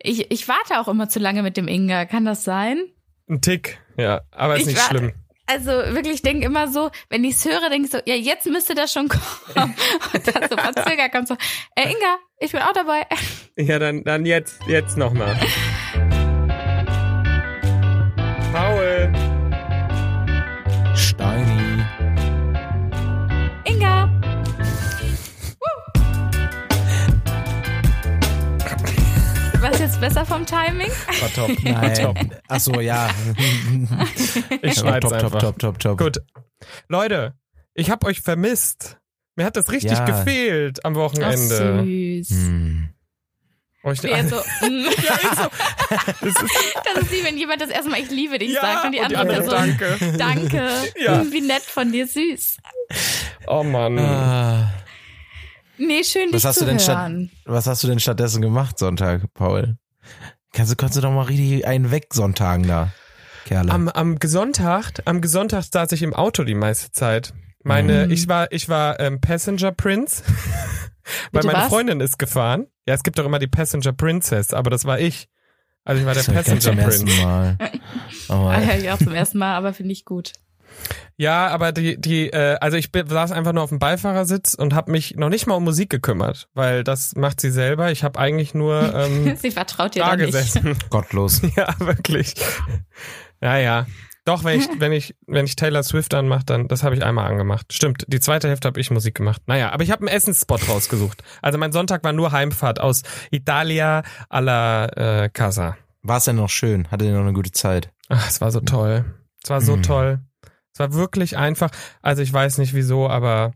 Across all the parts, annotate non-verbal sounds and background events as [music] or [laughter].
Ich, ich warte auch immer zu lange mit dem Inga, kann das sein? Ein Tick, ja, aber ist Ich nicht war- schlimm. Also wirklich, ich denke immer so, wenn ich es höre, denke ich so, ja, jetzt müsste das schon [laughs] kommen. Und dann so verzögert kommt so, äh, Inga, ich bin auch dabei. Äh, Ja, dann, dann jetzt, jetzt nochmal. Paul, Steini. Inga. Woo. Was jetzt besser vom Timing? war top. War top. [laughs] Nein. Achso, [laughs] ja. Ich top, schneide top, einfach. top, top, top, top. Gut. Leute, ich hab euch vermisst. Mir hat das richtig Ja. gefehlt am Wochenende. süß. Hm. Euch [laughs] Wer alle- so, [laughs] mm. das ist wie wenn jemand das erstmal ich liebe dich sagt und die andere Person [laughs] danke. danke. Ja. Hm, Wie nett von dir, süß. Oh Mann. Ah. Nee, schön dich Was hast zu du denn statt- hören. Was hast du denn stattdessen gemacht Sonntag, Paul? Kannst du, kannst du doch mal richtig einen weg Sonntagen da, Kerle. Am, am Gesonntag, am Gesonntag saß ich im Auto die meiste Zeit. Meine, Mhm. ich war, ich war ähm, Passenger Prince, [laughs] weil Bitte meine was? Freundin ist gefahren. Ja, es gibt doch immer die Passenger Princess, aber das war ich. Also ich war der Das hab ich ganz Passenger zum ersten Prince. [laughs] Mal. Aber Ah, ja, ich auch zum ersten Mal, aber finde ich gut. Ja, aber die, die, äh, also ich bin- saß einfach nur auf dem Beifahrersitz und habe mich noch nicht mal um Musik gekümmert, weil das macht sie selber. Ich habe eigentlich [laughs] nur ähm, Sie vertraut dir da doch nicht. gesessen. gottlos. [laughs] Ja, wirklich. Naja. Doch, wenn ich, wenn ich, wenn ich Taylor Swift anmache, dann, das habe ich einmal angemacht. Stimmt, die zweite Hälfte habe ich Musik gemacht. Naja, aber ich habe einen Essensspot rausgesucht. Also mein Sonntag war nur Heimfahrt aus Italia alla äh, Casa. War es denn noch schön? Hatte denn noch eine gute Zeit? Ach, es war so toll. Es war so Mhm. toll. Es war wirklich einfach. Also ich weiß nicht wieso, aber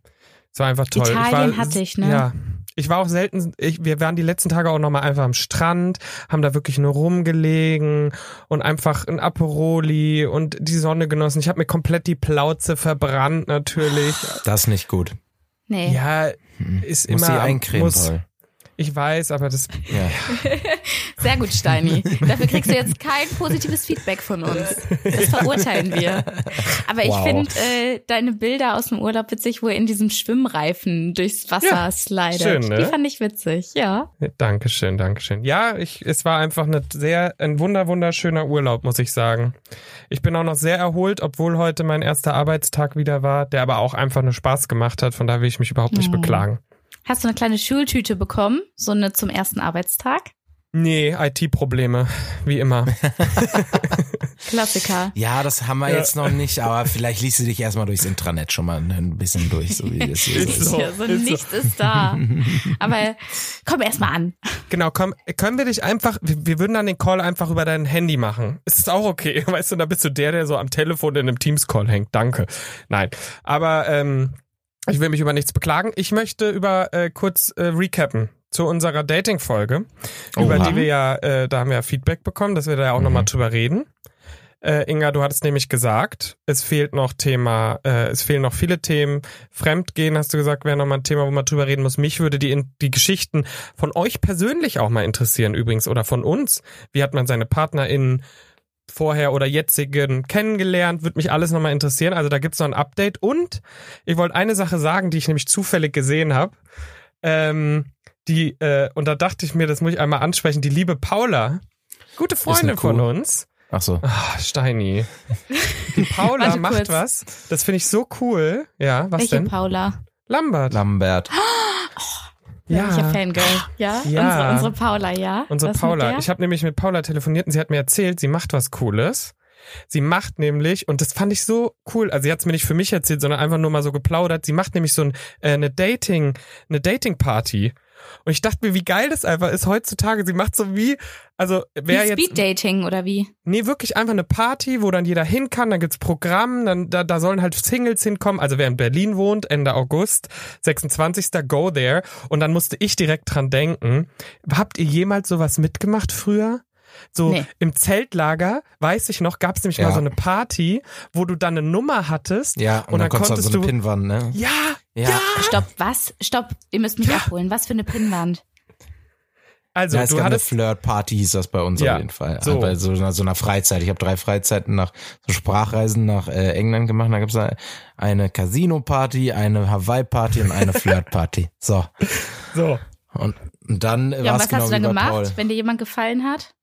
es war einfach toll. Italien ich war, hatte ich, ne? Ja. Ich war auch selten, ich, wir waren die letzten Tage auch nochmal einfach am Strand, haben da wirklich nur rumgelegen und einfach ein Aperoli und die Sonne genossen. Ich habe mir komplett die Plauze verbrannt natürlich. Das ist nicht gut. Nee. Ja, Hm. Ist Muss immer die am- eincremen, muss- Paul. ich weiß, aber das Ja. Sehr gut, [laughs] Steini. Dafür kriegst du jetzt kein positives Feedback von uns. Das verurteilen wir. Aber ich Wow. finde äh, deine Bilder aus dem Urlaub witzig, wo er in diesem Schwimmreifen durchs Wasser Ja, slidet. schön, ne? Die fand ich witzig, ja. Dankeschön, Dankeschön. Ja, ich, es war einfach eine sehr, ein wunder, wunderschöner Urlaub, muss ich sagen. Ich bin auch noch sehr erholt, obwohl heute mein erster Arbeitstag wieder war, der aber auch einfach nur Spaß gemacht hat. Von daher will ich mich überhaupt nicht Mhm. beklagen. Hast du eine kleine Schultüte bekommen? So eine zum ersten Arbeitstag? Nee, IT-Probleme, wie immer. Klassiker. ja, das haben wir Ja. jetzt noch nicht, aber vielleicht liest du dich erstmal durchs Intranet schon mal ein bisschen durch, so [laughs] wie das hier Ist so ist. so. ja, so ist so. nichts ist da. Aber komm erst mal an. Genau, komm, können wir dich einfach, wir, wir würden dann den Call einfach über dein Handy machen. Ist das auch okay? [laughs] Weißt du, da bist du der, der so am Telefon in einem Teams-Call hängt. Danke. Nein, aber ähm, ich will mich über nichts beklagen. Ich möchte über äh, kurz äh, recappen zu unserer Dating-Folge, über Oha. die wir ja, äh, da haben wir ja Feedback bekommen, dass wir da ja auch Mhm. nochmal drüber reden. Äh, Inga, du hattest nämlich gesagt, es fehlt noch Thema, äh, es fehlen noch viele Themen. Fremdgehen, hast du gesagt, wäre nochmal ein Thema, wo man drüber reden muss. Mich würde die, in- die Geschichten von euch persönlich auch mal interessieren übrigens oder von uns. Wie hat man seine PartnerInnen vorher oder jetzigen kennengelernt? Würde mich alles nochmal interessieren. Also da gibt's noch ein Update. Und ich wollte eine Sache sagen, die ich nämlich zufällig gesehen habe. Ähm, die, äh, und da dachte ich mir, das muss ich einmal ansprechen, die liebe Paula, gute Freundin Kuh. von uns, Ach so. Ah, Steini. [laughs] Die Paula Warte macht kurz. was. Das finde ich so cool. Ja, was Welche denn? Paula? Lambert. Lambert. Ja. Ich ja. Fangirl. Ja? Ja. Unsere, unsere Paula, ja? Unsere Was mit Paula. der? Ich habe nämlich mit Paula telefoniert und sie hat mir erzählt, sie macht was Cooles. Sie macht nämlich, und das fand ich so cool, also sie hat es mir nicht für mich erzählt, sondern einfach nur mal so geplaudert, sie macht nämlich so ein, äh, eine Dating, eine Dating-Party. Und ich dachte mir, wie geil das einfach ist heutzutage. Sie macht so wie, also wer Wie jetzt Speed Dating oder wie? Nee, wirklich einfach eine Party, wo dann jeder hin kann, dann gibt's Programm, dann da, da sollen halt Singles hinkommen. Also wer in Berlin wohnt, Ende August, 26. Go there. Und dann musste ich direkt dran denken. Habt ihr jemals sowas mitgemacht früher? So Nee. im Zeltlager, weiß ich noch, gab's nämlich mal Ja. so eine Party, wo du dann eine Nummer hattest. Ja, und, dann, konntest du so eine Pinnwand, ne? ja, Ja. ja. Ah. Stopp, was? Stopp, ihr müsst mich abholen. Was für eine Pinnwand? also es du gab eine hattest Flirt-Party, hieß das bei uns Ja, auf jeden Fall. so. So. Bei so einer, so einer Freizeit. Ich habe drei Freizeiten nach so Sprachreisen nach äh, England gemacht. Da gab es [laughs] eine Casino-Party, eine Hawaii-Party und eine Flirt-Party. So. so Und dann Ja, war und es was genau hast du wie dann bei gemacht, Paul. wenn dir jemand gefallen hat?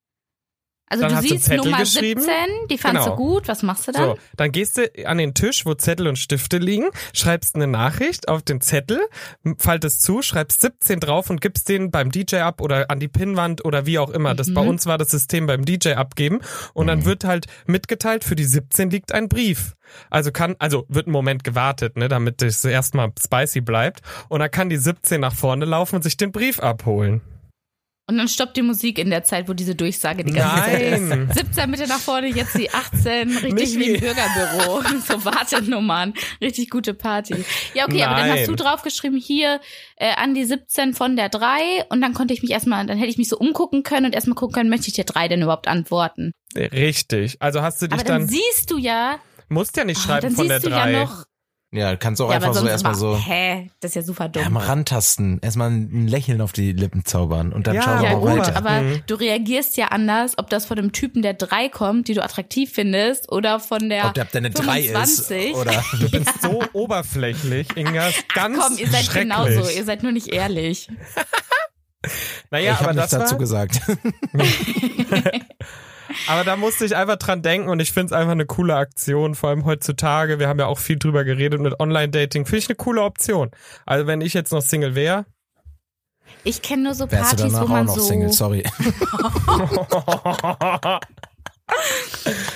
Also Dann du hast du siehst einen Zettel Nummer geschrieben. 17, die fandst Genau. du gut, was machst du dann? So, dann gehst du an den Tisch, wo Zettel und Stifte liegen, schreibst eine Nachricht auf den Zettel, faltest zu, schreibst 17 drauf und gibst den beim DJ ab oder an die Pinnwand oder wie auch immer. Das Mhm. bei uns war das System beim DJ abgeben und dann wird halt mitgeteilt, für die 17 liegt ein Brief. Also kann, also wird ein Moment gewartet, ne, damit das erstmal spicy bleibt und dann kann die 17 nach vorne laufen und sich den Brief abholen. Und dann stoppt die Musik in der Zeit, wo diese Durchsage die ganze Nein. [laughs] Zeit ist. 17 bitte nach vorne, jetzt die 18, Nicht richtig wie wie- im Bürgerbüro. [laughs] So Wartenummern, richtig gute Party. Ja, okay, aber dann Nein. hast du draufgeschrieben, hier äh, an die 17 von der 3 und dann konnte ich mich erstmal, dann hätte ich mich so umgucken können und erstmal gucken können, möchte ich der 3 denn überhaupt antworten? Richtig. Also hast du dich Aber dann, dann, siehst du ja, musst ja nicht ah, schreiben dann von siehst der du 3. ja noch, Ja, kannst auch ja, aber einfach so sonst erstmal immer, so hä, das ist ja super dumm. ja, mal rantasten. Erstmal ein Lächeln auf die Lippen zaubern und dann Ja, schauen wir Ja, mal gut, weiter. aber Mhm. du reagierst ja anders, ob das von einem Typen, der drei kommt, die du attraktiv findest, oder von der. Ob der, ob der eine 3 ist 25. oder Du bist so oberflächlich, Inga. Ist Ganz Komm, ihr seid schrecklich. genauso, ihr seid nur nicht ehrlich. naja, [laughs] ich aber, habe nichts das war, dazu gesagt. [laughs] aber da musste ich einfach dran denken und ich finde es einfach eine coole Aktion, vor allem heutzutage. Wir haben ja auch viel drüber geredet mit Online-Dating. Finde ich eine coole Option. Also wenn ich jetzt noch Single wäre, Ich kenne nur so Wärst du Partys, danach wo auch man noch so. Single, sorry.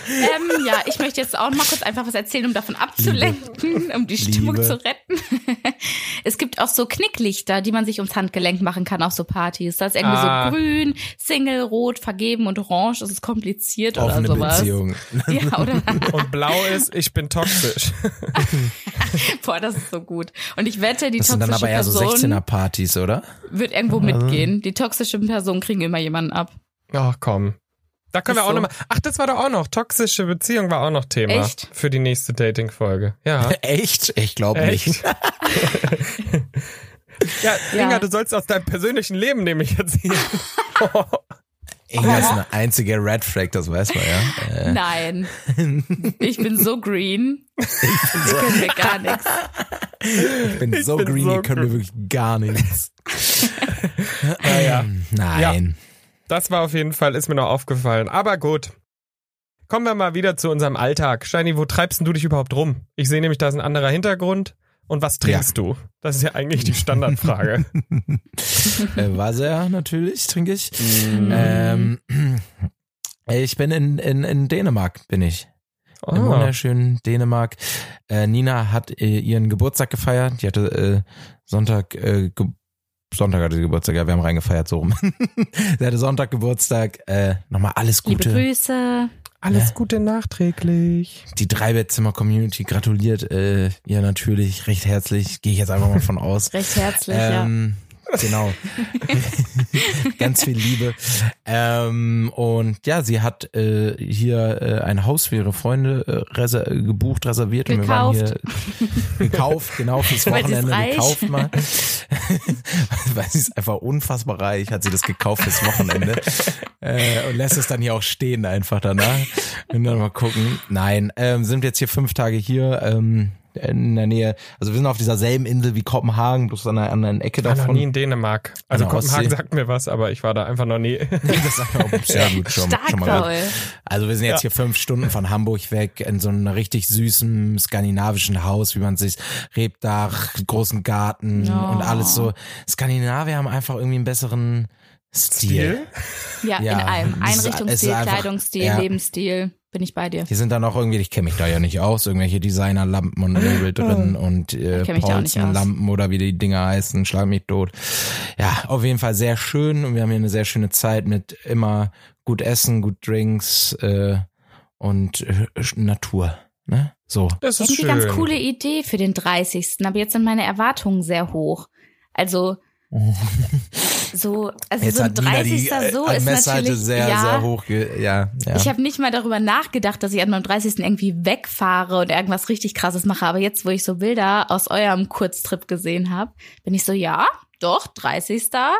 Ähm, ja, ich möchte jetzt auch noch mal kurz einfach was erzählen, um davon abzulenken, um die Stimmung Liebe. zu retten. [laughs] es gibt auch so Knicklichter, die man sich ums Handgelenk machen kann auf so Partys. Da ist irgendwie so Ah. grün, Single, rot, vergeben und orange. Das ist kompliziert oder Offene sowas. Beziehung. [laughs] Ja, [laughs] oder? und [laughs] blau ist, ich bin toxisch. Boah, das ist so gut. Und ich wette, die Das sind dann toxische aber eher so Ah. Person 16er-Partys, oder? wird irgendwo mitgehen. Die toxischen Personen kriegen immer jemanden ab. Ach komm. Da können Ist wir auch so. nochmal. Ach, das war doch auch noch. Toxische Beziehung war auch noch Thema Echt? für die nächste Dating-Folge. Ja. Echt? Ich glaube nicht. [laughs] Echt? ja, Ja. Inga, du sollst aus deinem persönlichen Leben nämlich erzählen. Inga ist eine einzige Red Flag, das weiß man [laughs] ja. Äh, Nein. [laughs] Ich bin so green. Ich können mir gar nichts. ich bin so bin green, so ihr könnt mir grün. wirklich [laughs] gar nichts. Ah, Ähm, Nein. Das war auf jeden Fall, ist mir noch aufgefallen. Aber gut. Kommen wir mal wieder zu unserem Alltag. Shiny, wo treibst denn du dich überhaupt rum? Ich sehe nämlich, da ist ein anderer Hintergrund. Und was trinkst du? Das ist ja eigentlich [laughs] die Standardfrage. Äh, Wasser natürlich trinke ich. Mhm. Ähm, ich bin in, in, in Dänemark, bin ich. Im oh, wunderschönen Dänemark. Äh, Nina hat äh, ihren Geburtstag gefeiert. Die hatte äh, Sonntag, äh, Ge Sonntag hatte sie Geburtstag, ja, wir haben reingefeiert, so rum. [laughs] sie hatte Sonntag Geburtstag. Äh, nochmal alles Liebe Gute. Grüße. alles Gute nachträglich. Die Dreibettzimmer-Community gratuliert äh, ihr natürlich recht herzlich. Gehe ich jetzt einfach mal von [laughs] aus. Recht herzlich, ja. Ähm, [laughs] genau. Ganz viel Liebe. Ähm, und ja, sie hat äh, hier äh, ein Haus für ihre Freunde äh, reser äh, gebucht, reserviert und wir waren hier gekauft, genau fürs Weil sie ist Wochenende reich. gekauft mal. [laughs] Weil sie ist einfach unfassbar reich, hat sie das gekauft fürs Wochenende. Äh, und lässt es dann hier auch stehen einfach danach. Und dann mal gucken. Nein, ähm, sind jetzt hier fünf Tage hier. Ähm, in der Nähe, also wir sind auf dieser selben Insel wie Kopenhagen, bloß an einer anderen Ecke Ich war noch nie davon. in Dänemark. Also An der Kopenhagen Ostsee. sagt mir was, aber ich war da einfach noch nie. [laughs] [laughs] Das sagt man auch, ups, ja, [laughs] gut, schon, Stark, schon mal gehört. Paul. Also wir sind jetzt hier fünf Stunden von Hamburg weg in so einem richtig süßen skandinavischen Haus, wie man sich Rebdach, großen Garten Ja. und alles so. Skandinavier haben einfach irgendwie einen besseren Stil. Ja, Ja, in allem. es ist- es ist Einrichtungsstil, einfach- Kleidungsstil, ja. Lebensstil. Bin ich bei dir. Hier sind dann auch irgendwie, ich kenne mich da ja nicht aus, irgendwelche Designerlampen und Möbel drin und äh, Ich kenn mich Hm. da auch nicht aus. Paulsen-Lampen oder wie die Dinger heißen, schlag mich tot. Ja, auf jeden Fall sehr schön und wir haben hier eine sehr schöne Zeit mit immer gut Essen, gut Drinks äh, und äh, Natur. Ne? [laughs] So. Das ist Irgendwie schön. ganz coole Idee für den 30. Aber jetzt sind meine Erwartungen sehr hoch. Also so, also so ein 30. äh, so ist Messseite natürlich sehr, ja, sehr hoch. Ge ja, ja. Ich habe nicht mal darüber nachgedacht, dass ich an meinem 30. irgendwie wegfahre und irgendwas richtig krasses mache. Aber jetzt, wo ich so Bilder aus eurem Kurztrip gesehen habe, bin ich so, ja, doch, 30. Kann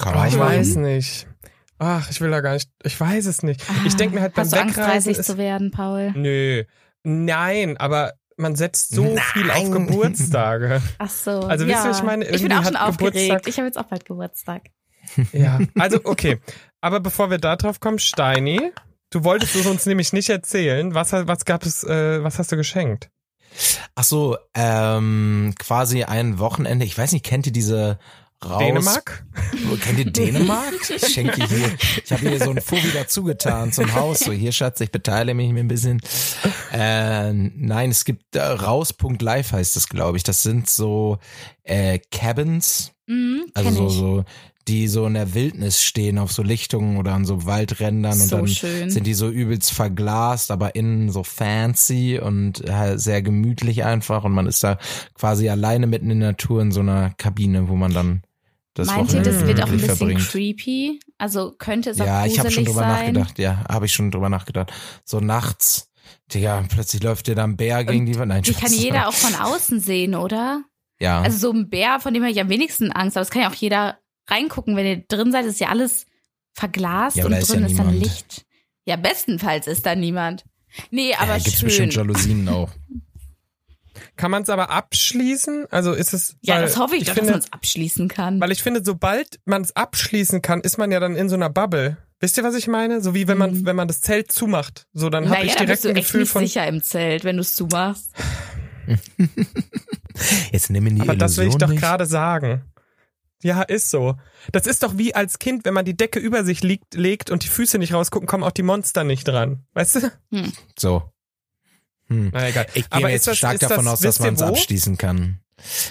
Oh, man ich machen. weiß nicht. Ach, ich will da gar nicht. Ich Ah, weiß es nicht. Ich denke mir halt beim Hast du Angst, Wegreisen 30 ist zu werden, Paul? Nö. Nein, aber man setzt so viel auf Nein. Geburtstage. Ach so. Also, wisst ja. ihr, ich meine, ich bin irgendwie auch schon hat aufgeregt. Geburtstag- Ich habe jetzt auch bald Geburtstag. Ja, also okay. Aber bevor wir da drauf kommen, Steini, du wolltest es uns nämlich nicht erzählen. Was, was gab es, äh, was hast du geschenkt? Ach so, ähm, quasi ein Wochenende. Ich weiß nicht, kennt ihr diese raus? Dänemark? Kennt ihr Dänemark? Ich schenke hier. Ich habe hier so ein Fobi dazugetan zum Haus. So, hier, Schatz, ich beteilige mich ein bisschen. Äh, nein, es gibt äh, raus.live heißt es, glaube ich. Das sind so äh, Cabins, Mhm, kenn also so, ich. so, die so in der Wildnis stehen, auf so Lichtungen oder an so Waldrändern und so dann schön. sind die so übelst verglast, aber innen so fancy und äh, sehr gemütlich einfach und man ist da quasi alleine mitten in der Natur in so einer Kabine, wo man dann das Meint ihr, das Wochenende wird auch ein gemütlich bisschen verbringt. creepy? Also könnte es auch Ja, ich habe schon gruselig drüber sein? nachgedacht. Ja, habe ich schon drüber nachgedacht. So nachts, Digga, plötzlich läuft dir da ein Bär gegen die Wand. Nein, Die kann Spaß. [laughs] jeder auch von außen sehen, oder? Ja. Also so ein Bär, von dem habe ich am wenigsten Angst, aber das kann ja auch jeder reingucken. Wenn ihr drin seid, ist ja alles verglast Ja, und aber da ist drin ja ist dann niemand. Licht. Ja, bestenfalls ist da niemand. Nee, äh, aber gibt's schön. bestimmt [laughs] Jalousien auch. Kann man es aber abschließen? Also ist es. Ja, weil das hoffe ich, doch, dass finde, man es abschließen kann. Weil ich finde, sobald man es abschließen kann, ist man ja dann in so einer Bubble. Wisst ihr, was ich meine? So wie wenn man, Mhm. wenn man das Zelt zumacht. So, dann habe naja, ich da bist direkt du ein echt Gefühl nicht von. sicher im Zelt, wenn du es zumachst. Jetzt nimm mir die Aber Illusion das will ich doch nicht. gerade sagen. Ja, ist so. Das ist doch wie als Kind, wenn man die Decke über sich liegt, legt und die Füße nicht rausgucken, kommen auch die Monster nicht dran. Weißt du? So. Hm. [laughs] Na egal. Ich gehe Aber mir ist jetzt das- stark ist das- davon aus, dass wisst ihr man es wo? abschließen kann.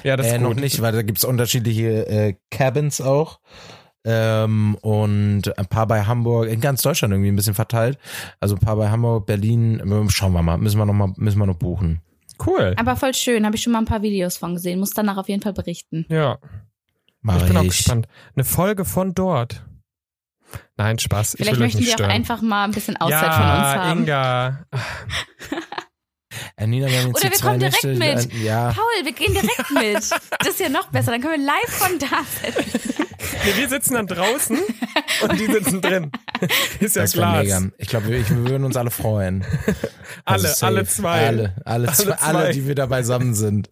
Ja, das ist Äh, noch gut. nicht, weil da gibt's unterschiedliche äh, Cabins auch. Ähm, und ein paar bei Hamburg, in ganz Deutschland irgendwie ein bisschen verteilt. Also ein paar bei Hamburg, Berlin, ähm, schauen wir mal, müssen wir noch mal, müssen wir noch buchen. Cool. Aber voll schön, habe ich schon mal ein paar Videos von gesehen, muss danach auf jeden Fall berichten. Ja, Mach ich bin auch gespannt. Eine Folge von dort. Nein, Spaß. Vielleicht ich will euch möchten nicht die auch stören. einfach mal ein bisschen Auszeit ja, von uns haben. Inga. Äh, Nina, wir haben jetzt Oder hier wir zwei kommen direkt Nächte, mit. Äh, ja, Paul, wir gehen direkt mit. [laughs] Das ist ja noch besser, dann können wir live von da sein. Nee, wir sitzen [laughs] dann draußen und die sitzen drin. Ist ja das klar. wäre mega. Ich glaube, wir, ich- wir würden uns alle freuen. Also [laughs] Alle, safe. alle zwei. Alle, alle, Alle zwei, zwei. alle, die wir da beisammen sind.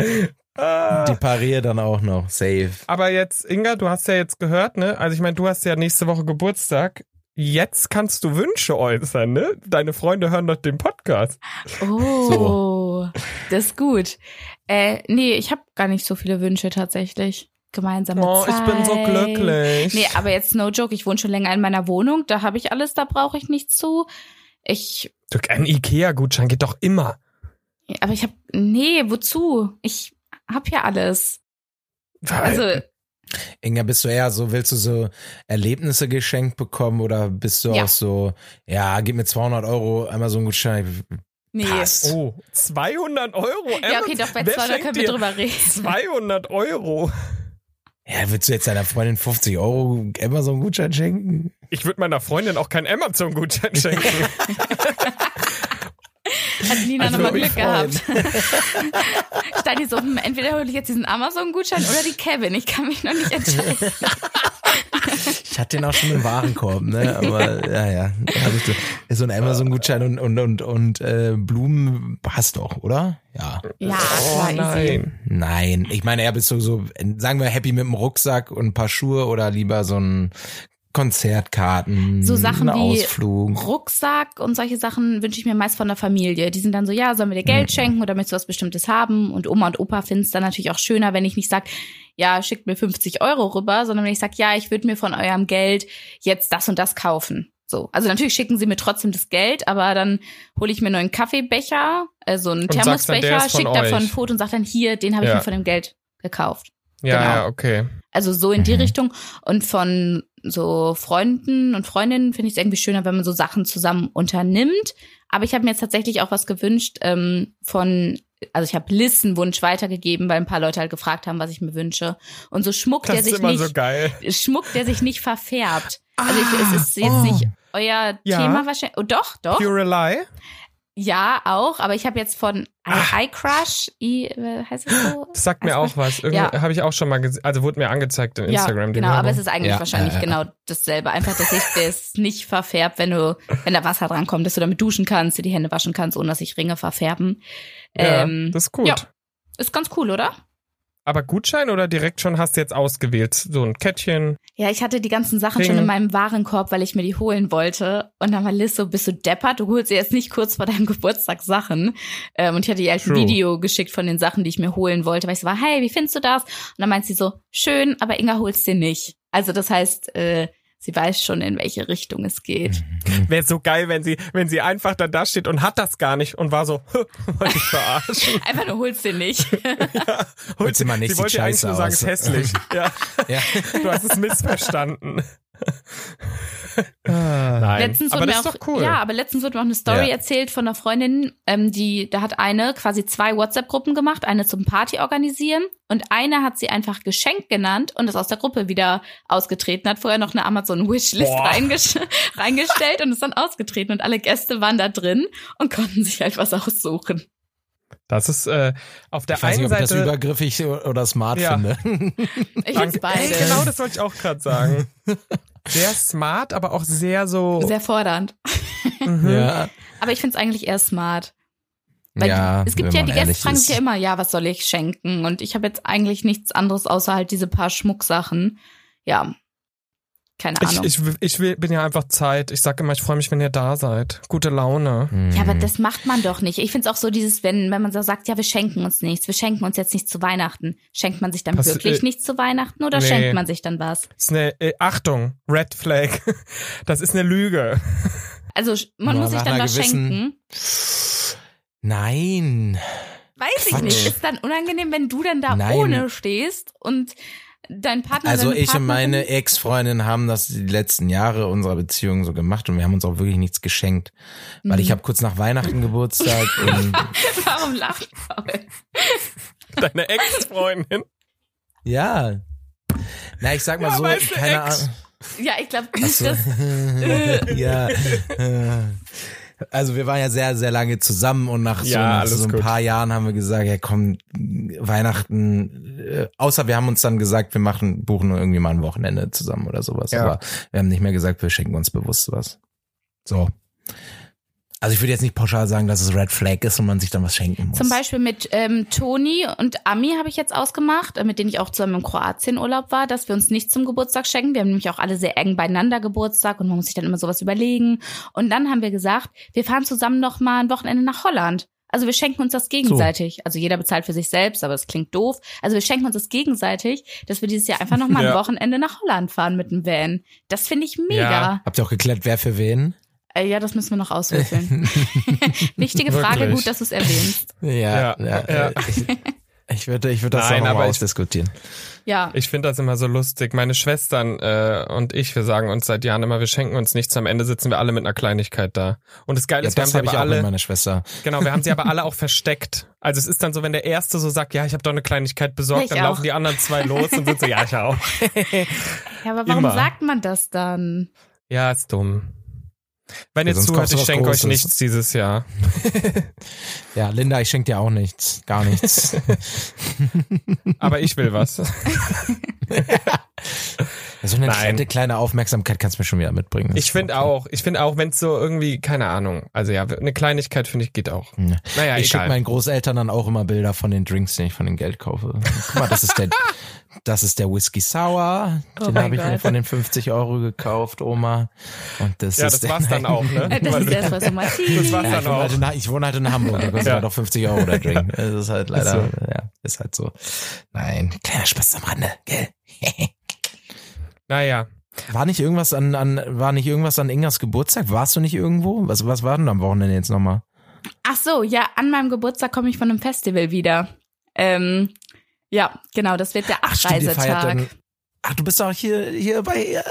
Die Ah. parier dann auch noch. Safe. Aber jetzt, Inga, du hast ja jetzt gehört, ne? Also ich meine, du hast ja nächste Woche Geburtstag. Jetzt kannst du Wünsche äußern, ne? Deine Freunde hören doch den Podcast. Oh, das ist gut. Äh, nee, ich habe gar nicht so viele Wünsche tatsächlich. Gemeinsame Oh, Zeit. ich bin so glücklich. Nee, aber jetzt no joke, ich wohne schon länger in meiner Wohnung, da habe ich alles, da brauche ich nichts zu. Ich, Du, ein Ikea-Gutschein geht doch immer. aber ich habe, nee, wozu? Ich habe ja alles. Äh, Also, Inga, bist du eher so, willst du so Erlebnisse geschenkt bekommen oder bist du Ja. auch so, ja, gib mir 200 Euro, einmal so einen Gutschein, nee. passt. oh, 200 Euro. Ja, okay, doch, bei wer 200 schenkt können wir dir drüber reden. [laughs] 200 Euro. Ja, willst du jetzt deiner Freundin 50 Euro immer so einen Gutschein schenken? Ich würde meiner Freundin auch keinen [laughs] Amazon-Gutschein schenken. Hat Nina Ich Also nochmal würd mich Glück gehabt. [laughs] Steini so, hm, entweder hole ich jetzt diesen Amazon-Gutschein oder die Kevin. Ich kann mich noch nicht [laughs] entscheiden. Ich hatte den auch schon im Warenkorb, ne? Aber ja, ja. Also, so- so ein Amazon-Gutschein und, und, und, und äh, Blumen passt doch, oder? Ja. Ja, oh klar, Ah, easy. nein. Nein. Ich meine, er bist du so, sagen wir, happy mit dem Rucksack und ein paar Schuhe oder lieber so ein Konzertkarten, So Sachen einen wie Ausflug. Rucksack und solche Sachen wünsche ich mir meist von der Familie. Die sind dann so, ja, sollen wir dir Geld schenken oder möchtest du was Bestimmtes haben? Und Oma und Opa finden es dann natürlich auch schöner, wenn ich nicht sage, ja, schickt mir 50 Euro rüber, sondern wenn ich sage, ja, ich würde mir von eurem Geld jetzt das und das kaufen. So. Also natürlich schicken sie mir trotzdem das Geld, aber dann hole ich mir nur einen Kaffeebecher, also einen Und sagst dann, der Thermosbecher, ist von schicke davon ein euch. Foto und sage dann, hier, den habe ich Ja. mir von dem Geld gekauft. Ja, Genau. ja, okay. Also so in die Mhm. Richtung. Und von so Freunden und Freundinnen finde ich es irgendwie schöner, wenn man so Sachen zusammen unternimmt. Aber ich habe mir jetzt tatsächlich auch was gewünscht ähm, von, also ich habe Listenwunsch weitergegeben, weil ein paar Leute halt gefragt haben, was ich mir wünsche. Und so Schmuck, Das der ist sich immer nicht, so geil. Ah. Schmuck, der sich nicht verfärbt. Also ich, es ist jetzt oh. nicht euer Ja. Thema wahrscheinlich. Oh, doch, doch. Pure Lie? Ja, auch, aber ich habe jetzt von iCrush, I, äh, heißt es so? Ah. Das sagt mir Also- auch was. Irgendwie Ja. Habe ich auch schon mal gesehen. Also wurde mir angezeigt in Instagram. ja, die genau, aber es Werbung. ist eigentlich Ja, wahrscheinlich ja, ja. genau dasselbe. Einfach, dass sich [laughs] das nicht verfärbt, wenn du, wenn da Wasser dran kommt, dass du damit duschen kannst, dir die Hände waschen kannst, ohne dass sich Ringe verfärben. ja, ähm, das ist gut. ja. Ist ganz cool, oder? Aber Gutschein oder direkt schon hast du jetzt ausgewählt? So ein Kettchen. Ja, ich hatte die ganzen Sachen schon Ringe. in meinem Warenkorb, weil ich mir die holen wollte. Und dann war Liz so, bist du deppert? Du holst dir jetzt nicht kurz vor deinem [laughs] Geburtstag Sachen. Ähm, und ich hatte ihr halt ein True. Video geschickt von den Sachen, die ich mir holen wollte, weil ich so war, hey, wie findest du das? Und dann meint sie so, schön, aber Inga holst dir nicht. Also das heißt, äh, sie weiß schon, in welche Richtung es geht. Hm. Wäre so geil, wenn sie, wenn sie einfach dann da steht und hat das gar nicht und war so, [laughs] wollte ich [laughs] verarschen. Einfach nur holst dir [laughs] nicht. Holst du mal nicht, sie sieht wollte eigentlich scheiße nur sagen, es aus. ist [laughs] hässlich. ja, Ja. du hast es missverstanden. Ah. Nein, Letztens aber wurde das mir ist auch, doch cool. Ja, aber letztens wurde mir auch eine Story Ja. erzählt von einer Freundin, ähm, die, da hat eine quasi zwei WhatsApp-Gruppen gemacht, eine zum Party organisieren und eine hat sie einfach Geschenk genannt und ist aus der Gruppe wieder ausgetreten, hat vorher noch eine Amazon-Wishlist Boah. reingesch [laughs] reingestellt und ist dann ausgetreten und alle Gäste waren da drin und konnten sich halt was aussuchen. Das ist äh, auf der Ich weiß einen nicht, ob ich das Seite. übergriffig oder smart Ja. finde. [laughs] Ich Danke. find's beide. Ey, [laughs] genau das wollte ich auch gerade [laughs] sagen. Sehr smart, aber auch sehr so. Sehr fordernd. mhm. Ja. Aber ich find's eigentlich eher smart. Weil die, es gibt wenn ja, man die Gäste ehrlich fragen ist. sich ja immer, ja, was soll ich schenken? Und ich habe jetzt eigentlich nichts anderes außer halt diese paar Schmucksachen. Ja. Keine Ich, Ahnung. ich, ich will, bin ja einfach Zeit. Ich sage immer, ich freue mich, wenn ihr da seid. Gute Laune. Hm. ja, Mhm. aber das macht man doch nicht. Ich find's auch so dieses, wenn, wenn man so sagt, ja, wir schenken uns nichts, wir schenken uns jetzt nichts zu Weihnachten. Schenkt man sich dann Pass- wirklich äh, nichts zu Weihnachten oder nee. schenkt man sich dann was? Ist eine, äh, Achtung, Red Flag. [laughs] Das ist eine Lüge. [laughs] Also sch- man Ja, muss sich nach dann einer was gewissen- schenken. Nein. Weiß ich Quatsch. nicht. Ist dann unangenehm, wenn du dann da Nein. ohne stehst und dein Partner Also deine ich und Partnerin- [laughs] meine Ex-Freundin haben das die letzten Jahre unserer Beziehung so gemacht und wir haben uns auch wirklich nichts geschenkt. Weil Mhm. ich habe kurz nach [laughs] Weihnachten Geburtstag und Warum lach ich? Paul? Deine Ex-Freundin. ja. Na, ich sag mal Ja, so, weißt du, keine Ex. Ahnung. Ja, ich glaube nicht, dass [laughs] ja. äh. Also wir waren ja sehr, sehr lange zusammen und nach so, Ja, nach alles so ein gut. paar Jahren haben wir gesagt, ja komm, Weihnachten, äh, außer wir haben uns dann gesagt, wir machen, buchen irgendwie mal ein Wochenende zusammen oder sowas. Ja. Aber wir haben nicht mehr gesagt, wir schenken uns bewusst was. So. Also ich würde jetzt nicht pauschal sagen, dass es Red Flag ist und man sich dann was schenken muss. Zum Beispiel mit ähm, Toni und Ami habe ich jetzt ausgemacht, äh, mit denen ich auch zusammen im Kroatienurlaub war, dass wir uns nicht zum Geburtstag schenken. Wir haben nämlich auch alle sehr eng beieinander Geburtstag und man muss sich dann immer sowas überlegen. Und dann haben wir gesagt, wir fahren zusammen noch mal ein Wochenende nach Holland. Also wir schenken uns das gegenseitig. Also jeder bezahlt für sich selbst, aber das klingt doof. Also wir schenken uns das gegenseitig, dass wir dieses Jahr einfach noch mal [laughs] Ja. ein Wochenende nach Holland fahren mit dem Van. Das finde ich mega. Habt ihr auch geklärt, wer für wen? Ja. Äh, ja, das müssen wir noch [laughs] auswürfeln. [laughs] Wichtige Frage, Wirklich. gut, dass du es erwähnst. Ja, Ja, äh, Ich, ich würde, ich würde das Nein, auch noch aber mal ich- ausdiskutieren. Ja. Ich finde das immer so lustig. Meine Schwestern äh, und ich, wir sagen uns seit Jahren immer, wir schenken uns nichts. Am Ende sitzen wir alle mit einer Kleinigkeit da. Und das Geile Ja, ist, wir haben das sie habe ich aber auch mit alle, meiner Schwester. genau, wir haben sie aber alle auch versteckt. Also es ist dann so, wenn der Erste so sagt, ja, ich habe doch eine Kleinigkeit besorgt, Ich dann auch. laufen die anderen zwei los und sind so, ja, ich auch. Ja, aber warum Immer. sagt man das [laughs] dann? Ja, ist dumm. Wenn Ja, ihr sonst zuhört, kaufst du ich was schenke euch Großes. nichts dieses Jahr. Ja, Linda, ich schenke dir auch nichts. [laughs] Gar nichts. Aber ich will [laughs] was. so Also eine Nein. nette kleine Aufmerksamkeit kannst du mir schon wieder mitbringen. Das Ich ist finde auch, ich finde auch, wenn es so irgendwie, keine Ahnung, also ja, eine Kleinigkeit finde ich geht auch. Ja. Naja, Ich schicke egal. meinen Großeltern dann auch immer Bilder von den Drinks, die ich von dem Geld kaufe. Guck mal, [laughs] das ist der, das ist der Whisky Sour. Oh Den mein habe ich mir Gott. von den 50 Euro gekauft, Oma. Und das ja, ist das war's dann auch, [laughs] ne? Äh, Das ist Espresso Das Martini. war's Ja, ich, dann wohne auch. halt in, ich wohne halt in Hamburg, da kostet Ja. halt auch 50 Euro der Drink. Das ist halt leider, Ist ja, ist halt so. Nein, kleiner Spaß am Rande, gell? Naja. War nicht irgendwas an, an, war nicht irgendwas an Ingas Geburtstag? Warst du nicht irgendwo? Was, was war denn am Wochenende jetzt nochmal? Ach so, ja, an meinem Geburtstag komme ich von einem Festival wieder. Ähm, ja, genau, das wird der ihr feiert Abreisetag. dann- Ach, du bist doch hier, hier bei äh,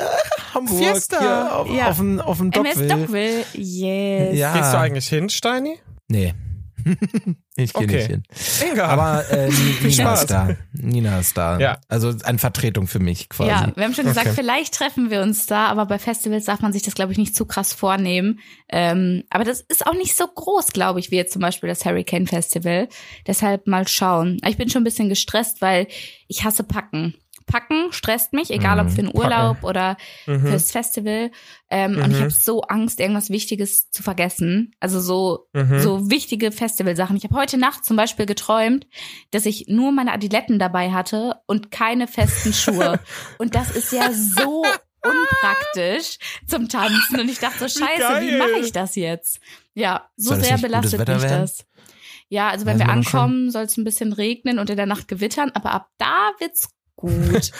Hamburg. Fiesta. Hier auf, Ja. auf dem, auf dem MS Dockville. Dockville, yes. Ja. Gehst du eigentlich hin, Steini? Nee. [laughs] ich gehe Okay. nicht hin. Inga. Aber [laughs] äh, Ni- Nina Spaß. ist da. Nina ist da. Ja. Also eine Vertretung für mich quasi. Ja, wir haben schon gesagt, Okay. vielleicht treffen wir uns da, aber bei Festivals darf man sich das, glaube ich, nicht zu krass vornehmen. Ähm, aber das ist auch nicht so groß, glaube ich, wie jetzt zum Beispiel das Hurricane Festival. Deshalb mal schauen. Ich bin schon ein bisschen gestresst, weil ich hasse Packen. Packen stresst mich, egal ob für einen Urlaub oder mhm. fürs Festival. Ähm, Und ich Mhm. habe so Angst, irgendwas Wichtiges zu vergessen. Also so Mhm. so wichtige Festivalsachen. Ich habe heute Nacht zum Beispiel geträumt, dass ich nur meine Adiletten dabei hatte und keine festen [laughs] Schuhe. und das ist ja so unpraktisch zum Tanzen. Und ich dachte so, scheiße, wie, geil. mache ich das jetzt? Ja, so Soll das sehr nicht gutes belastet Wetter mich werden? das. Ja, also wenn Weiß wir man doch schon. ankommen, soll es ein bisschen regnen und in der Nacht gewittern, aber ab da wird's gut.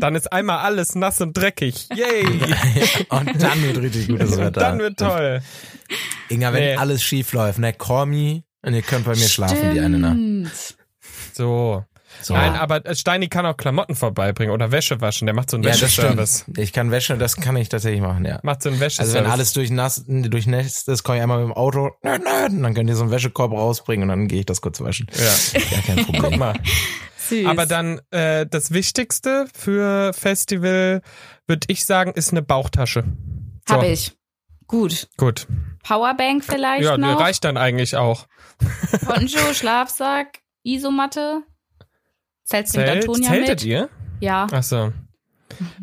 Dann ist einmal alles nass und dreckig. [laughs] Yay! [laughs] Und dann wird [laughs] richtig gutes Wetter. Und dann wird toll. Inga, wenn Nee. alles schief läuft, ne, call me und ihr könnt [laughs] bei mir schlafen die eine ne? Nacht. Stimmt. So. So. Nein, aber äh, Steini kann auch Klamotten vorbeibringen oder Wäsche waschen. Der macht so einen ja, das Wäscheservice. stimmt. Ich kann Wäsche, das kann ich tatsächlich machen, ja. Macht so einen Also Wäscheservice. wenn alles durchnass, durchnässt ist, komme ich einmal mit dem Auto, nö, nö, und dann könnt ihr so einen Wäschekorb rausbringen und dann gehe ich das kurz waschen. Ja. Gar kein [laughs] Guck Problem. mal. Süß. Aber dann äh, das Wichtigste für Festival, würde ich sagen, ist eine Bauchtasche. So, habe ich. Gut. Gut. Powerbank vielleicht Ja, noch. reicht dann eigentlich auch. [laughs] Poncho, Schlafsack, Isomatte. Zeltst du mit Zelt, Antonia zeltet mit? ihr? Ja, Achso.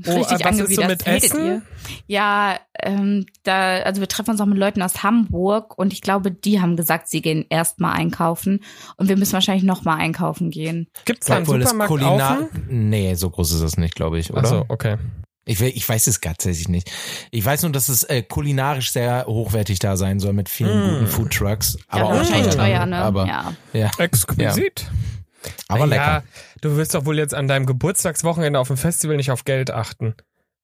Oh, richtig was ist so angewidert. mit Zeltet Essen? ihr? Ja, ähm, da, also wir treffen uns auch mit Leuten aus Hamburg und ich glaube, die haben gesagt, sie gehen erstmal einkaufen und wir müssen wahrscheinlich nochmal einkaufen gehen. Gibt's da einen Supermarkt offen? Nee, so groß ist das nicht, glaube ich, oder? Also, okay. Ich, we- ich weiß es gar tatsächlich nicht. Ich weiß nur, dass es äh, kulinarisch sehr hochwertig da sein soll mit vielen Mm. guten Foodtrucks. Ja, Aber auch wahrscheinlich teuer, teuer, ne? Aber, ja. ja, Exquisit. aber lecker. du wirst doch wohl jetzt an deinem Geburtstagswochenende auf dem Festival nicht auf Geld achten.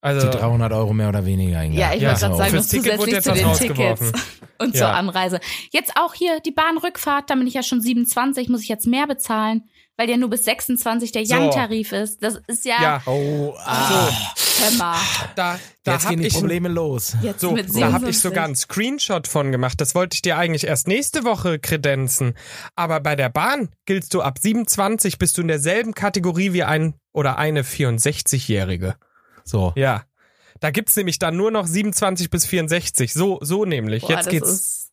Also, Die 300 Euro mehr oder weniger. Inga. ja, ich wollte gerade so. sagen, genau. Fürs noch Ticket wurde zusätzlich jetzt zu was den rausgeworfen. Tickets [laughs] und zur Ja. Anreise. Jetzt auch hier die Bahnrückfahrt, da bin ich ja schon 27, muss ich jetzt mehr bezahlen, weil ja nur bis 26 der So. Young-Tarif ist. Das ist ja, ja, Oh, ah, Hämmer. da, da jetzt hab gehen die ich ein- Probleme los. Jetzt So, mit da habe ich 57. sogar einen Screenshot von gemacht. Das wollte ich dir eigentlich erst nächste Woche kredenzen. Aber bei der Bahn giltst du ab 27, bist du in derselben Kategorie wie ein oder eine 64-Jährige. So. Ja. Da gibt's nämlich dann nur noch 27 bis 64. So, so nämlich. Boah, Jetzt das geht's. ist-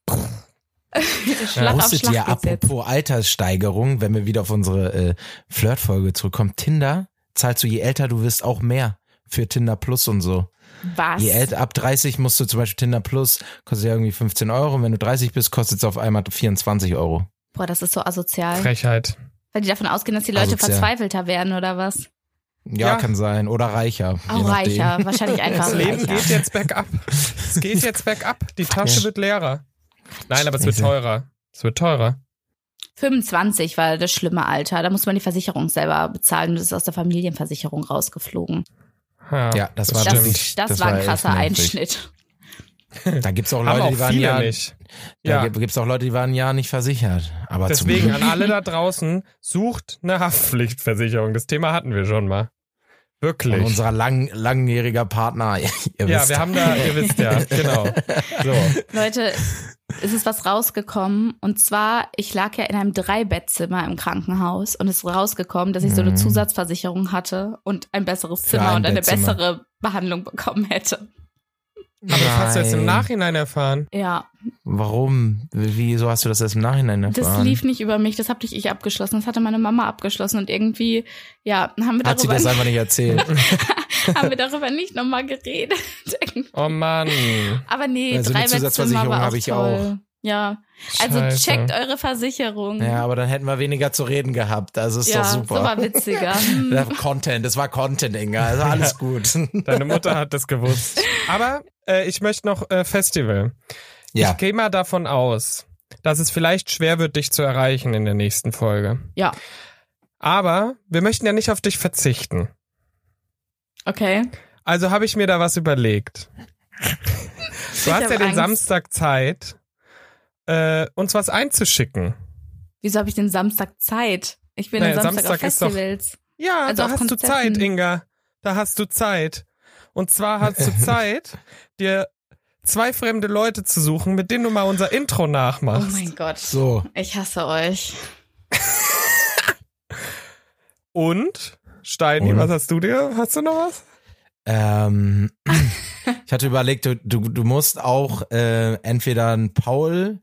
Schlag auf Wusstet Schlag ihr, geht's jetzt. apropos Alterssteigerung, wenn wir wieder auf unsere äh, Flirtfolge zurückkommen, Tinder zahlst du, je älter du wirst, auch mehr für Tinder Plus und so. Was? Je älter, ab 30 musst du zum Beispiel Tinder Plus, kostet ja irgendwie 15 Euro. Und wenn du 30 bist, kostet es auf einmal 24 Euro. Boah, das ist so asozial. Frechheit. Weil die davon ausgehen, dass die Leute Asozial. verzweifelter werden oder was? Ja, Ja. kann sein. Oder reicher. je Auch nachdem. reicher, wahrscheinlich einfach Das Leben reicher. geht jetzt bergab. Es geht jetzt bergab. Die Tasche Ja. wird leerer. Nein, aber es wird Scheiße. teurer. Es wird teurer. 25 war das schlimme Alter. Da muss man die Versicherung selber bezahlen. Das ist aus der Familienversicherung rausgeflogen. Ja, das war Das, das, wirklich- war ein echt krasser nervig. Einschnitt. Da gibt's auch Haben Leute, die auch waren viele ja, nicht. da Ja. gibt- gibt's auch Leute, die waren ja nicht versichert. Aber zum Deswegen Glück- an alle da draußen, sucht eine Haftpflichtversicherung. Das Thema hatten wir schon mal. Wirklich. Und unser lang, langjähriger Partner, [laughs] ihr ja, wisst. wir haben da, ihr wisst [laughs] ja, genau. So. Leute, es ist was rausgekommen. Und zwar, ich lag ja in einem Dreibettzimmer im Krankenhaus und es ist rausgekommen, dass ich so eine Mhm. Zusatzversicherung hatte und ein besseres Für Zimmer ein und eine Bettzimmer. bessere Behandlung bekommen hätte. Aber das hast du jetzt im Nein. Nachhinein erfahren. Ja, Warum? Wieso hast du das erst im Nachhinein erfahren? Das lief nicht über mich, das habe nicht ich abgeschlossen, das hatte meine Mama abgeschlossen und irgendwie, ja, haben wir Hat sie darüber, das einfach nicht erzählt. [laughs] haben wir darüber nicht nochmal geredet. [laughs] Oh Mann. Aber nee, Also eine drei Zusatzversicherung war auch habe ich toll. Ja, also Scheiße. checkt eure Versicherung. ja, aber dann hätten wir weniger zu reden gehabt. Also ist ja doch so super. war [laughs] witziger. Hm. Ja, Content, das war Content, [laughs] Inga. Also alles gut. Deine Mutter hat das gewusst. Aber äh, ich möchte noch äh, Festival. ja. Ich gehe mal davon aus, dass es vielleicht schwer wird, dich zu erreichen in der nächsten Folge. Ja, Aber wir möchten ja nicht auf dich verzichten. okay. Also habe ich mir da was überlegt. Du hab hast ja den Angst. Samstag Zeit, äh, uns was einzuschicken. Wieso habe ich den Samstag Zeit? Ich bin Naja, am Samstag, auf Samstag ist doch- Festivals. Ja, Also da auf hast du Konzerten. Zeit, Inga. Da hast du Zeit. Und zwar hast du Zeit, dir zwei fremde Leute zu suchen, mit denen du mal unser Intro Oh nachmachst. mein Gott. So, Ich hasse euch. Und? Steini, Und? was hast du dir? Hast du noch was? ähm, [laughs] ich hatte überlegt, du, du, du musst auch äh, entweder ein Paul,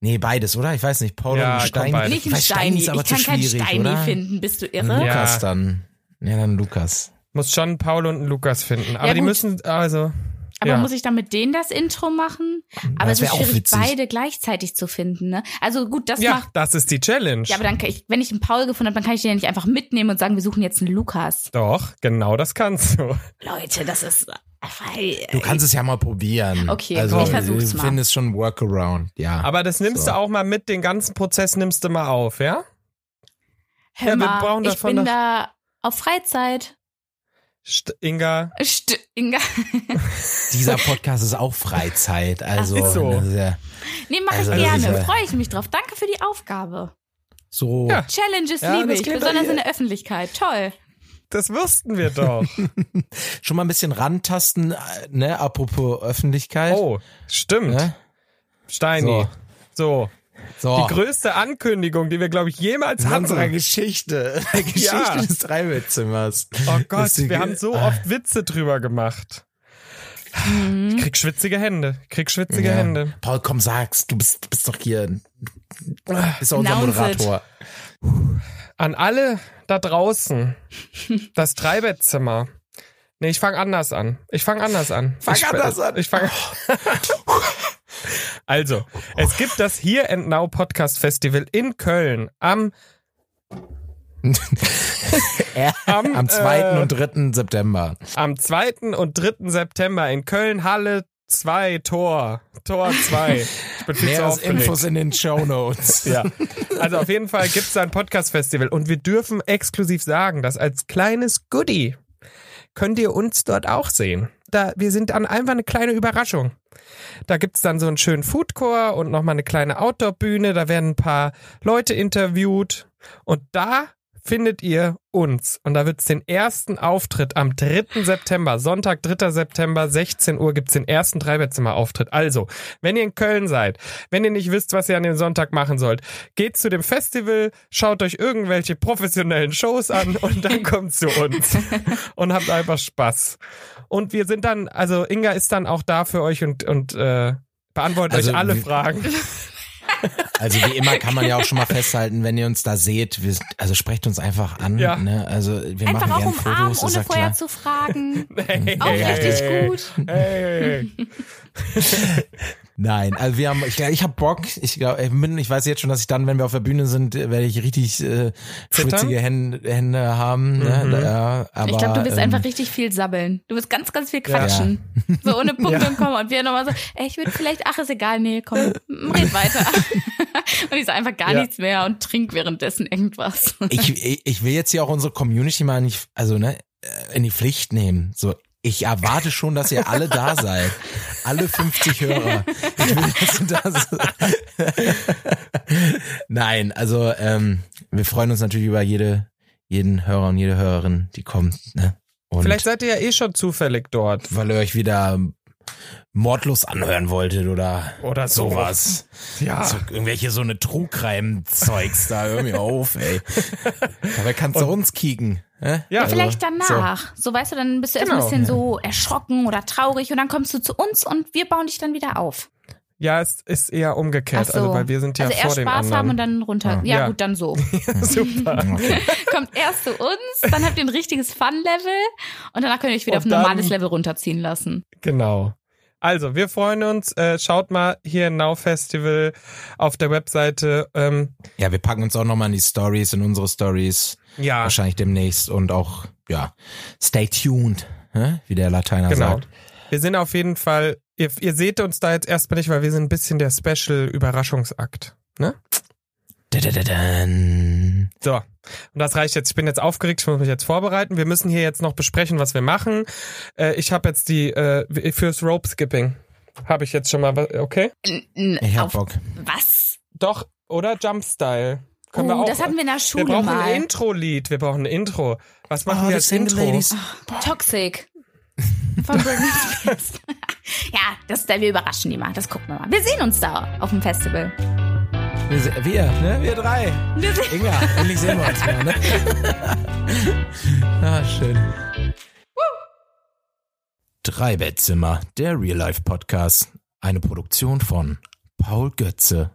nee, beides, oder? Ich weiß nicht, Paul Ja, und komm, ein Steini. beides. Nicht ein Weil Steini. ist aber Ich zu kann keinen schwierig, Steini oder? Mhm. finden. Bist du Ein irre? Ja. Lukas dann. Ja, dann Lukas. Muss schon einen Paul und einen Lukas finden. Aber die gut. müssen, also. Aber ja. muss ich dann mit denen das Intro machen? Aber Mhm. das es ist wär auch schwierig, witzig. beide gleichzeitig zu finden. Ne? Also gut, das ja, macht. das ist die Challenge. Ja, aber dann, kann ich, wenn ich einen Paul gefunden habe, dann kann ich den ja nicht einfach mitnehmen und sagen, wir suchen jetzt einen Lukas. Doch, genau das kannst du. Leute, das ist. Du kannst es ja mal probieren. Okay, also, ich versuch's Du mal. findest schon ein Workaround, ja. Aber das nimmst So. du auch mal mit, den ganzen Prozess nimmst du mal auf, ja? Hör Ja, wir mal, brauchen ich davon bin noch- da auf Freizeit. St Inga, St Inga. Dieser Podcast ist auch Freizeit, also Ist so. das ist ja- Nee, mach Also, ich das ist gerne. ja- Freue ich mich drauf. Danke für die Aufgabe. so. Ja. Challenges Ja, liebe das ich, klingt besonders doch- in der Öffentlichkeit. Toll. das wussten wir doch. schon mal ein bisschen rantasten, äh, ne, apropos Öffentlichkeit. oh, stimmt. Ne? Steini. So. So. Die größte Ankündigung, die wir, glaube ich, jemals In hatten. unserer [laughs] Geschichte, der Geschichte Ja. des Dreibettzimmers. Oh Gott, Ist die- Ah. wir haben so oft Witze drüber gemacht. Ich krieg schwitzige Hände. Ich krieg schwitzige Ja. Hände. Paul, komm, sag's, du bist, du bist doch hier, du bist doch unser Announce it. Moderator. An alle da draußen. Das Dreibettzimmer. Nee, ich fange anders an. Ich fange anders an. Fang ich, anders an. Ich fang [laughs] also, es gibt das Here and Now Podcast Festival in Köln am, Er- am, Am 2. äh, und 3. September. am 2. und 3. September in Köln, Halle 2, Tor. Tor 2. Ich bin viel zu Näheres aufgeregt. Infos in den [laughs] Shownotes. Ja. Also auf jeden Fall gibt's da ein Podcast-Festival und wir dürfen exklusiv sagen, dass als kleines Goodie könnt ihr uns dort auch sehen. Da, wir sind dann einfach eine kleine Überraschung. Da gibt's dann so einen schönen Foodcore und nochmal eine kleine Outdoor-Bühne. Da werden ein paar Leute interviewt. Und da findet ihr uns. Und da wird's den ersten Auftritt am 3. September, Sonntag, 3. September, 16 Uhr gibt's den ersten Dreibettzimmer-Auftritt. Also, wenn ihr in Köln seid, wenn ihr nicht wisst, was ihr an dem Sonntag machen sollt, geht zu dem Festival, schaut euch irgendwelche professionellen Shows an und [laughs] dann kommt zu uns und habt einfach Spaß. Und wir sind dann, also Inga ist dann auch da für euch und, und äh, beantwortet Also euch alle wir- [laughs] Fragen. Also wie immer kann man ja auch schon mal festhalten, wenn ihr uns da seht, wir, also sprecht uns einfach an. Ja. Ne? Also wir Einfach machen auch gerne umarmen, Fotos, ist ohne ja vorher klar. zu fragen. [laughs] Hey, Auch Ja, richtig hey, hey, gut. Hey. Nein, also wir haben, ich, glaub, ich habe Bock. Ich glaube, ich, bin- ich weiß jetzt schon, dass ich dann, wenn wir auf der Bühne sind, äh, werde ich richtig äh, Zittern? schwitzige Hände, Hände haben. Ne? Mhm. Ja, aber, ich glaube, du wirst ähm, einfach richtig viel sabbeln. Du wirst ganz, ganz viel quatschen. So ohne Punkt und Komma. Und wir nochmal so, ey, ich würde vielleicht, ach, ist egal, nee, komm, m, red weiter. [laughs] und ich sage einfach gar Ja. nichts mehr und trink währenddessen irgendwas. ich, ähm, ich- ich will jetzt hier auch unsere Community mal nicht, also ne, äh, in die Pflicht nehmen. So, ich erwarte schon, dass ihr alle da seid. Alle 50 Hörer. Ich will, dass ihr da seid. Nein, also ähm, wir freuen uns natürlich über jede, jeden Hörer und jede Hörerin, die kommt. Ne? Und Vielleicht seid ihr ja eh schon zufällig dort. weil ihr euch wieder mordlos anhören wolltet oder Oder Ah. so. sowas. Ja. So, irgendwelche so eine Trugreim-Zeugs da, hör mir auf, ey. [laughs] Dabei kannst du uns kicken. hä? Ja. Also, Vielleicht danach. So. weißt du, dann bist du erst Genau. ein bisschen so erschrocken oder traurig und dann kommst du zu uns und wir bauen dich dann wieder auf. Ja, es ist eher umgekehrt, Ach also weil wir sind ja also vor erst dem Spaß anderen. haben und dann runter. Ja, Ja. gut, dann so. [laughs] Super. Okay. Kommt erst zu uns, dann habt ihr ein richtiges Fun-Level und danach könnt ihr euch wieder Und auf ein dann- normales Level runterziehen lassen. Genau. Also, wir freuen uns. Äh, schaut mal hier in Now Festival auf der Webseite. Ähm, Ja, wir packen uns auch nochmal in die Stories, in unsere Stories. ja, Wahrscheinlich demnächst und auch, ja, stay tuned, hä? wie der Lateiner genau. sagt. Wir sind auf jeden Fall, ihr, ihr seht uns da jetzt erstmal nicht, weil wir sind ein bisschen der Special-Überraschungsakt. Ne? Dadadadan. So, und das reicht jetzt. Ich bin jetzt aufgeregt, ich muss mich jetzt vorbereiten. Wir müssen hier jetzt noch besprechen, was wir machen. Äh, ich habe jetzt die, äh, fürs Rope-Skipping habe ich jetzt schon mal, was- okay? N- n- Ich hab auf Bock. was? Doch, oder Jump-Style. Können wir oh, auch. das hatten wir in der wir Schule brauchen mal. ein Intro-Lied. Wir brauchen ein Intro. Was machen Oh, wir the als single Intro? ladies. Toxic. Von Britney Spears. [laughs] Ja, das, wir überraschen die mal. Das gucken wir mal. Wir sehen uns da auf dem Festival. Wir, se- wir, ne? Wir drei. Wir sehen Inga, endlich sehen wir uns mal, ne? ah, schön. Drei Bettzimmer, der Real Life Podcast. Eine Produktion von Paul Götze.